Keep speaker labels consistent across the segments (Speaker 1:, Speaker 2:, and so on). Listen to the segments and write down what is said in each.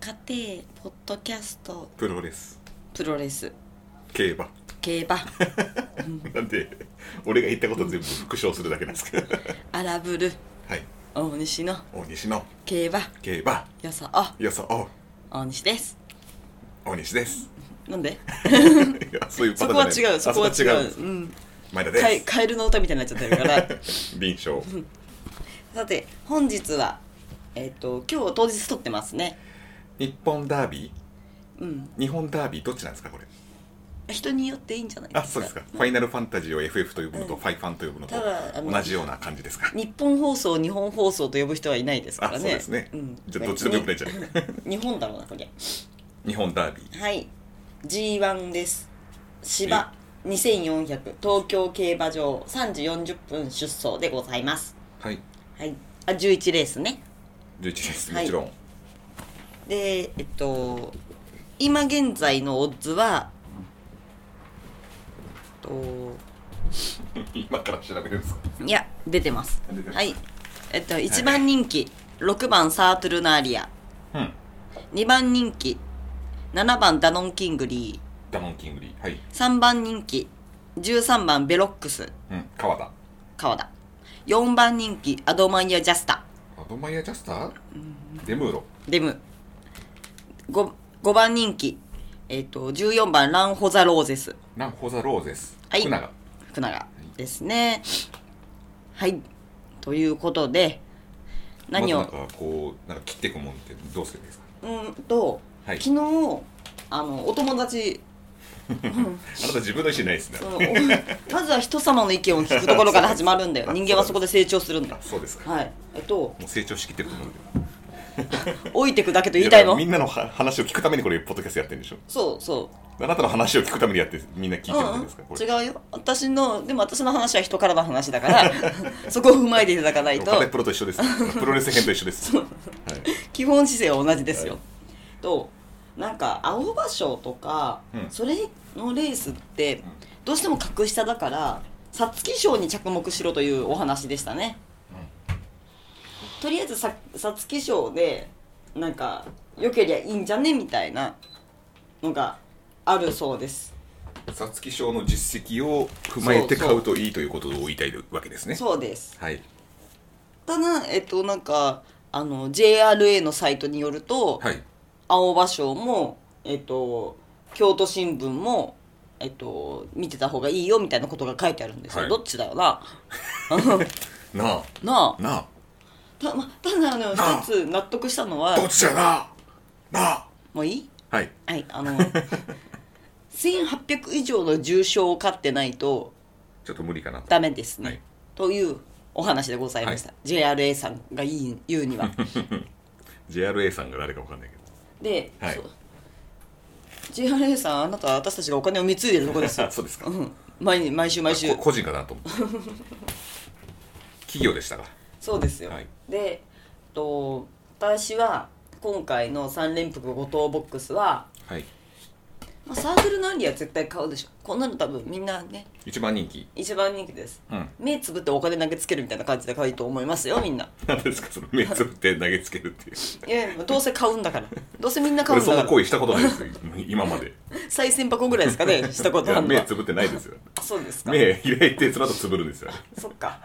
Speaker 1: ペーポッドキャスト
Speaker 2: プロレス
Speaker 1: プロレス
Speaker 2: 競馬
Speaker 1: 競馬
Speaker 2: なんで俺が言ったこと全部復唱するだけなんですけ ど
Speaker 1: 荒ぶる
Speaker 2: はい
Speaker 1: 大西の
Speaker 2: 大西の
Speaker 1: 競馬
Speaker 2: 競馬
Speaker 1: よさあ
Speaker 2: よそお
Speaker 1: 大西です
Speaker 2: 大西です
Speaker 1: なんで
Speaker 2: いやそういう
Speaker 1: そ
Speaker 2: パタ
Speaker 1: こ
Speaker 2: ー
Speaker 1: は
Speaker 2: ン
Speaker 1: 違うそこは違ううん
Speaker 2: 前田
Speaker 1: かえ
Speaker 2: で
Speaker 1: カエルの歌みたいになっちゃってるから
Speaker 2: す敏将
Speaker 1: さて本日はえっ、と今日当日撮ってますね
Speaker 2: 日本ダービ
Speaker 1: うん
Speaker 2: ー日本ダービーどっちなんですかこれ
Speaker 1: 人によっていいんじゃないですか
Speaker 2: あそうですかファイナルファンタジーを FF と呼ぶのとファイファンと呼ぶのと
Speaker 1: ただあの
Speaker 2: 同じような感じですか
Speaker 1: 日本放送日本放送と呼ぶ人はいないですからね
Speaker 2: あそうですね
Speaker 1: うん、
Speaker 2: じゃあどっちでもよくないんじゃない
Speaker 1: 日本だろうなこりゃ
Speaker 2: 日本ダービー
Speaker 1: はい G1 です芝2400東京競馬場3時40分出走でございます
Speaker 2: はい
Speaker 1: はいあ11レースね
Speaker 2: 11ですも
Speaker 1: はい
Speaker 2: ちろん
Speaker 1: でえっと今現在のオッズはえっ
Speaker 2: 今から調べるんですか
Speaker 1: といや出てます
Speaker 2: 出てます
Speaker 1: はいえっと1番人気6番サートゥルナーリア
Speaker 2: うん
Speaker 1: 2番人気7番ダノンキングリ
Speaker 2: ダノンキングリーはい
Speaker 1: ー3番人気13番ベロックス
Speaker 2: うん川田
Speaker 1: 川田4番人気アドマイヤ・ジャスタ
Speaker 2: アドマイヤジャスターデムーロ
Speaker 1: デム 5, 5番人気、えっと14番ランホザ・ローゼス
Speaker 2: ランホザローゼス
Speaker 1: はい
Speaker 2: 福永
Speaker 1: 福永ですねはいということで何を、
Speaker 2: まずなんかこうなんか切っていくもんってどうすればいいですか
Speaker 1: うーんと、
Speaker 2: はい
Speaker 1: 昨日あのお友達
Speaker 2: あなた自分の意思ないですね
Speaker 1: そのお まずは人様の意見を聞くところから始まる んだよ人間はそこで成長するんだ
Speaker 2: あ
Speaker 1: よ
Speaker 2: そうですかも
Speaker 1: はいえっ と
Speaker 2: う成長しきってると思うんで
Speaker 1: 老いてくだけと言いたいの
Speaker 2: みんなのは話を聞くためにこれポッドキャストやってるんでしょ
Speaker 1: そうそう
Speaker 2: あなたの話を聞くためにやってみんな聞いてるんじゃないですか、これ
Speaker 1: うんうん、違うよ私のでも私の話は人からの話だから そこを踏まえていただかないと
Speaker 2: 片っプロと一緒です プロレス編と一緒です、はい、
Speaker 1: 基本姿勢は同じですよ、
Speaker 2: はい
Speaker 1: となんか青葉賞とか、
Speaker 2: うん
Speaker 1: それのレースってどうしても格下だから皐月賞に着目しろというお話でしたね、とりあえずさ皐月賞でなんか良けりゃいいんじゃねみたいなのがあるそうです
Speaker 2: 皐月賞の実績を踏まえて買うといいということを言いたいわけですね
Speaker 1: そうです
Speaker 2: はい
Speaker 1: ただえっとなんかあの JRA のサイトによると、
Speaker 2: はい
Speaker 1: 青葉賞もえっと京都新聞もえっと見てた方がいいよみたいなことが書いてあるんですよ、
Speaker 2: はい
Speaker 1: どっちだよな な
Speaker 2: なあな
Speaker 1: あた,、ま、ただあの
Speaker 2: なあ
Speaker 1: 一つ納得したの
Speaker 2: あ
Speaker 1: は
Speaker 2: どっちだななあ
Speaker 1: もういい
Speaker 2: はい
Speaker 1: はいあの 1800以上の重賞を勝ってないと
Speaker 2: ちょっと無理かなと
Speaker 1: ダメですね、
Speaker 2: はい
Speaker 1: というお話でございました、JRA さんが言い言うには
Speaker 2: JRA さんが誰かわかんないけど
Speaker 1: で、
Speaker 2: はい
Speaker 1: そう JRA さんあなたは私たちがお金を貢いでるとこですよ
Speaker 2: そうですか
Speaker 1: うん、毎毎週毎週
Speaker 2: こ個人かなと思って企業でしたか
Speaker 1: そうですよ、
Speaker 2: はい
Speaker 1: でと私は今回の3連複五等ボックスは、
Speaker 2: はい
Speaker 1: まあ、サークルのアンリは絶対買うでしょこんなの多分みんなね
Speaker 2: 一番人気
Speaker 1: 一番人気です
Speaker 2: うん
Speaker 1: 目つぶってお金投げつけるみたいな感じで買うと思いますよみんな
Speaker 2: 何ですかその目つぶって投げつける っていう
Speaker 1: いやいやどうせ買うんだ からどうせみんな買う
Speaker 2: 俺
Speaker 1: ん
Speaker 2: そん
Speaker 1: だ
Speaker 2: な
Speaker 1: から
Speaker 2: 行為したことないですよ今まで
Speaker 1: 再選箱ぐらいですか ねしたこ
Speaker 2: い
Speaker 1: とあ
Speaker 2: や
Speaker 1: るの
Speaker 2: 目
Speaker 1: は
Speaker 2: つぶってないですよ
Speaker 1: そうですか
Speaker 2: 目開いてその後つぶるんですよ
Speaker 1: そっか、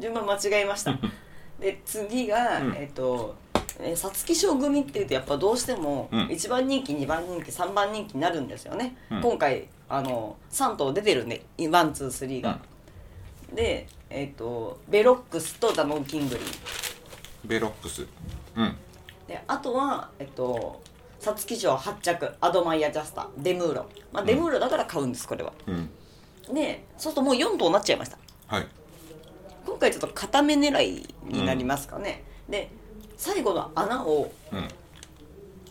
Speaker 1: 順番間違えました で次が、
Speaker 2: うん
Speaker 1: えっ、とえー皐月賞組っていうとやっぱどうしても
Speaker 2: うん
Speaker 1: 1番人気2番人気3番人気になるんですよね、
Speaker 2: うん
Speaker 1: 今回あの3頭出てるんでワンツースリーが、でえっ、とベロックスとダノンキングリー
Speaker 2: ベロックスうん
Speaker 1: であとはえっ、と皐月賞8着アドマイヤ・ジャスタデムーロ、まあ、デムーロだから買うんですこれは、
Speaker 2: うん
Speaker 1: でそうするともう4頭になっちゃいました
Speaker 2: はい
Speaker 1: 今回ちょっと固め狙いになりますかね、で最後の穴を
Speaker 2: うん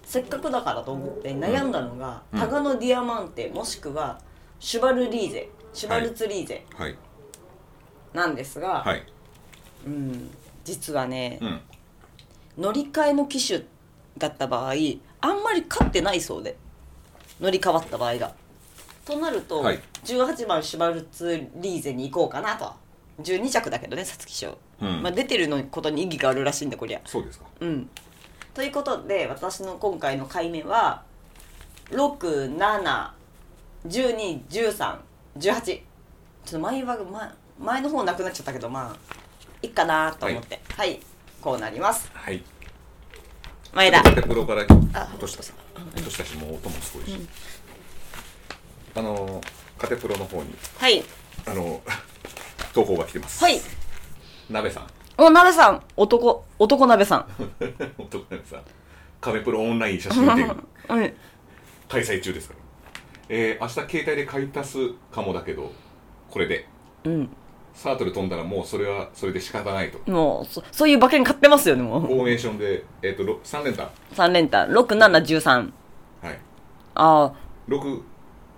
Speaker 1: せっかくだからと思って悩んだのが、タガノディアマンテもしくはシュバルリーゼシュバルツリーゼ
Speaker 2: はい
Speaker 1: なんですが、
Speaker 2: はい
Speaker 1: うん、実はね、
Speaker 2: うん
Speaker 1: 乗り換えの機種だった場合あんまり勝ってないそうで乗り換わった場合が。となると、
Speaker 2: はい
Speaker 1: 18番シュバルツリーゼに行こうかなと12着だけどね皐月賞、
Speaker 2: うん
Speaker 1: まあ、出てるのことに意義があるらしいんだこりゃ
Speaker 2: そうですか
Speaker 1: うんということで私の今回の回目は67121318ちょっと前は前前の方なくなっちゃったけどまあいいかなと思ってはい、こうなります
Speaker 2: はい
Speaker 1: 前田
Speaker 2: 手袋から落としたさ落としたしもう音もすごいし、あのカテプロの方に
Speaker 1: はい
Speaker 2: あの 投稿が来てます
Speaker 1: はい
Speaker 2: 鍋さん
Speaker 1: お鍋さん男男鍋さん
Speaker 2: 男鍋さん壁プロオンライン写真 展
Speaker 1: うん
Speaker 2: 開催中ですから、えー、明日携帯で買い足すかもだけどこれで
Speaker 1: うん
Speaker 2: サートル飛んだらもうそれはそれで仕方ないと
Speaker 1: もうそそういう馬券買ってますよねも
Speaker 2: フ
Speaker 1: う
Speaker 2: ォーメーションで、えー、とろ3連単
Speaker 1: 3連単6713
Speaker 2: はい
Speaker 1: ああ
Speaker 2: 6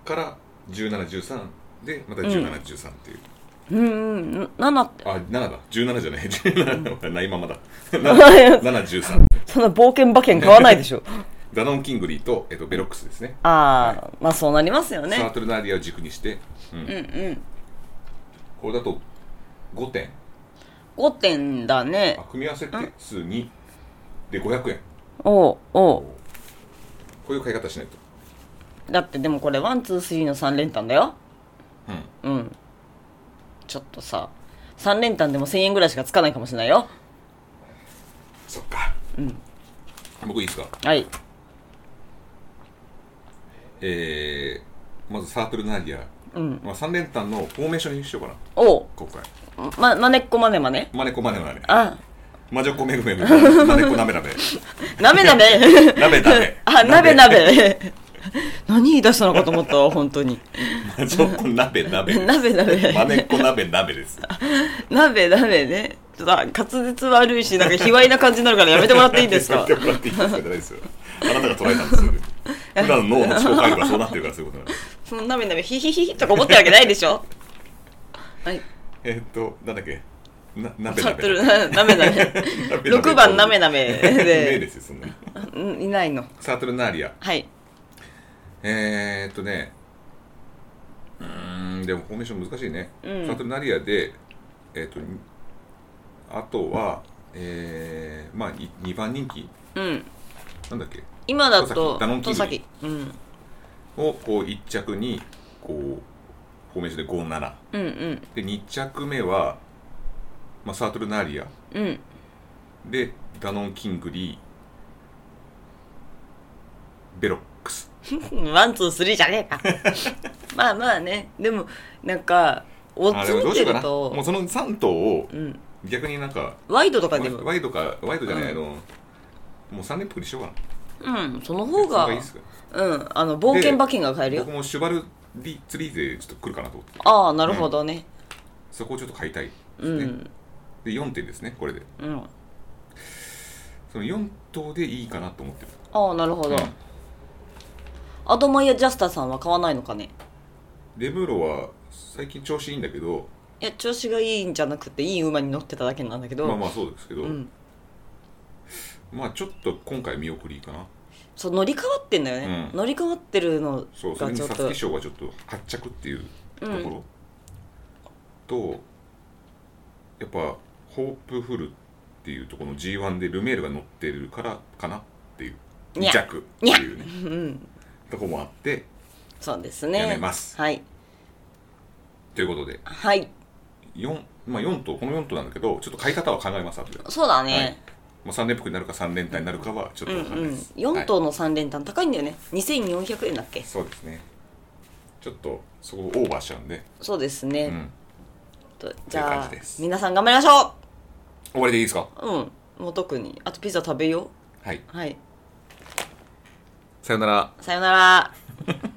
Speaker 2: から1713でまた1713っていう、
Speaker 1: うんうん7って
Speaker 2: あ7だ17じゃない17は ないま まだ713
Speaker 1: そんな冒険馬券買わないで しょ
Speaker 2: ダノン・キングリーと,、えー、とベロックスですね
Speaker 1: ああまあそうなりますよ
Speaker 2: サー
Speaker 1: ね
Speaker 2: トルナーディアを軸にして、うん
Speaker 1: うんうん
Speaker 2: これだと5点
Speaker 1: 5点だね
Speaker 2: あ組み合わせて数2で500円
Speaker 1: おうおう
Speaker 2: こういう買い方しないと
Speaker 1: だってでもこれワンツースリーの3連単だよ
Speaker 2: うん
Speaker 1: うんちょっとさ3連単でも1000円ぐらいしかつかないかもしれないよ
Speaker 2: そっかうん僕いいですか
Speaker 1: はい
Speaker 2: えー、まずサートルナーディア、
Speaker 1: うん
Speaker 2: まあ、3連単のフォーメーションにしようかな
Speaker 1: おう
Speaker 2: 今回
Speaker 1: ままねっこまねまね
Speaker 2: マネコマネマネ
Speaker 1: あ
Speaker 2: マジョコメグメグ マネコナメナメ
Speaker 1: 鍋鍋
Speaker 2: 鍋鍋
Speaker 1: あ鍋鍋 何言い出したのかと思ったわ本当に
Speaker 2: マジョコ 鍋鍋です
Speaker 1: 鍋鍋
Speaker 2: マネコ鍋鍋です
Speaker 1: 鍋鍋ねちょっとあ滑舌悪いしなんか卑猥な感じになるからやめてもらっていいです
Speaker 2: や
Speaker 1: か
Speaker 2: ってもらっていいですかじゃないですよあなたが捉えたんですよ普段の脳の思考回路がそうなってるからそういうことなんです
Speaker 1: その鍋鍋ヒヒヒヒとか思ってるわけないでしょはい
Speaker 2: えーっとなんだっけな鍋
Speaker 1: 買っ
Speaker 2: 鍋
Speaker 1: てる 鍋鍋6番 な めなめ
Speaker 2: ねえ
Speaker 1: で
Speaker 2: ですよそんな
Speaker 1: うんいないの
Speaker 2: サートルナーディア
Speaker 1: はい
Speaker 2: えー、っとね、うーん、でもフォーメーション難しいね。
Speaker 1: うん
Speaker 2: サントルナリアで、えーっと、にあとは、えー、まあ、に二番人気
Speaker 1: うん
Speaker 2: なんだっけ
Speaker 1: 今だと
Speaker 2: 戸崎ダノンキング
Speaker 1: 先うん
Speaker 2: を、こう、一着に、こう、フォーメーションで5、7。
Speaker 1: うんうん
Speaker 2: で、二着目は、まあ、サートルナリア
Speaker 1: うん
Speaker 2: で、ダノン・キングリー、ベロックス。
Speaker 1: ワンツースリーじゃね えかまあまあねでもなんか追っ
Speaker 2: あ、で
Speaker 1: 詰
Speaker 2: も
Speaker 1: め
Speaker 2: どうし
Speaker 1: て
Speaker 2: ようか
Speaker 1: る
Speaker 2: な。もう
Speaker 1: と
Speaker 2: その3頭を
Speaker 1: う、ん
Speaker 2: 逆になんか、
Speaker 1: ワイドとかでも
Speaker 2: ワイドか、ワイドじゃない、
Speaker 1: うん
Speaker 2: あの、もう3連複にしようかな。
Speaker 1: うんその方
Speaker 2: その
Speaker 1: が
Speaker 2: 方いいっすか
Speaker 1: うんあの冒険馬券が買えるよ
Speaker 2: 僕もシュバルディツリーゼちょっと来るかなと思って、
Speaker 1: ああなるほどね
Speaker 2: そこをちょっと買いたいです
Speaker 1: う
Speaker 2: ね。
Speaker 1: ん
Speaker 2: で、4点ですね、これで。
Speaker 1: うん
Speaker 2: その4頭でいいかなと思ってる。
Speaker 1: ああなるほど、
Speaker 2: うん
Speaker 1: アドマイヤ・ジャスタさんは買わないのかね
Speaker 2: レブロは最近調子いいんだけど、
Speaker 1: いや調子がいいんじゃなくていい馬に乗ってただけなんだけど、
Speaker 2: まあまあそうですけど、
Speaker 1: うん、
Speaker 2: まあちょっと今回見送りかな。
Speaker 1: そう乗り換わってんだよね、
Speaker 2: うん
Speaker 1: 乗り換わってるの
Speaker 2: そう、それ
Speaker 1: が
Speaker 2: に
Speaker 1: ちょ
Speaker 2: 皐
Speaker 1: っと
Speaker 2: 月賞がちょっと発着っていうところ、と、やっぱ、ホープフルっていうところの G1 でルメールが乗ってるからかなっていう、
Speaker 1: に
Speaker 2: 2
Speaker 1: ゃ
Speaker 2: 着っていうね、
Speaker 1: うん
Speaker 2: とこもあって、
Speaker 1: そうですね
Speaker 2: やめます
Speaker 1: はい
Speaker 2: ということで、
Speaker 1: はい
Speaker 2: 四まあ、4頭、この4頭なんだけど、ちょっと買い方は考えます、後で。
Speaker 1: そうだね、
Speaker 2: はいまあ、3連複になるか3連単になるかは、ちょっ
Speaker 1: うんう
Speaker 2: とわかんない
Speaker 1: ん
Speaker 2: です。
Speaker 1: 4
Speaker 2: は
Speaker 1: 頭の3連単高いんだよね2400円だっけ
Speaker 2: いそうですね。ちょっと、そこをオーバーしちゃうんで、
Speaker 1: そうです
Speaker 2: う
Speaker 1: ね、
Speaker 2: ん。
Speaker 1: とじゃ
Speaker 2: っ
Speaker 1: あ
Speaker 2: ていう感じです
Speaker 1: 皆さん頑張りましょ
Speaker 2: 終わりでいいですか
Speaker 1: ううんもう特にあとピザ食べよ
Speaker 2: はい。
Speaker 1: うはい
Speaker 2: さよなら。
Speaker 1: さよなら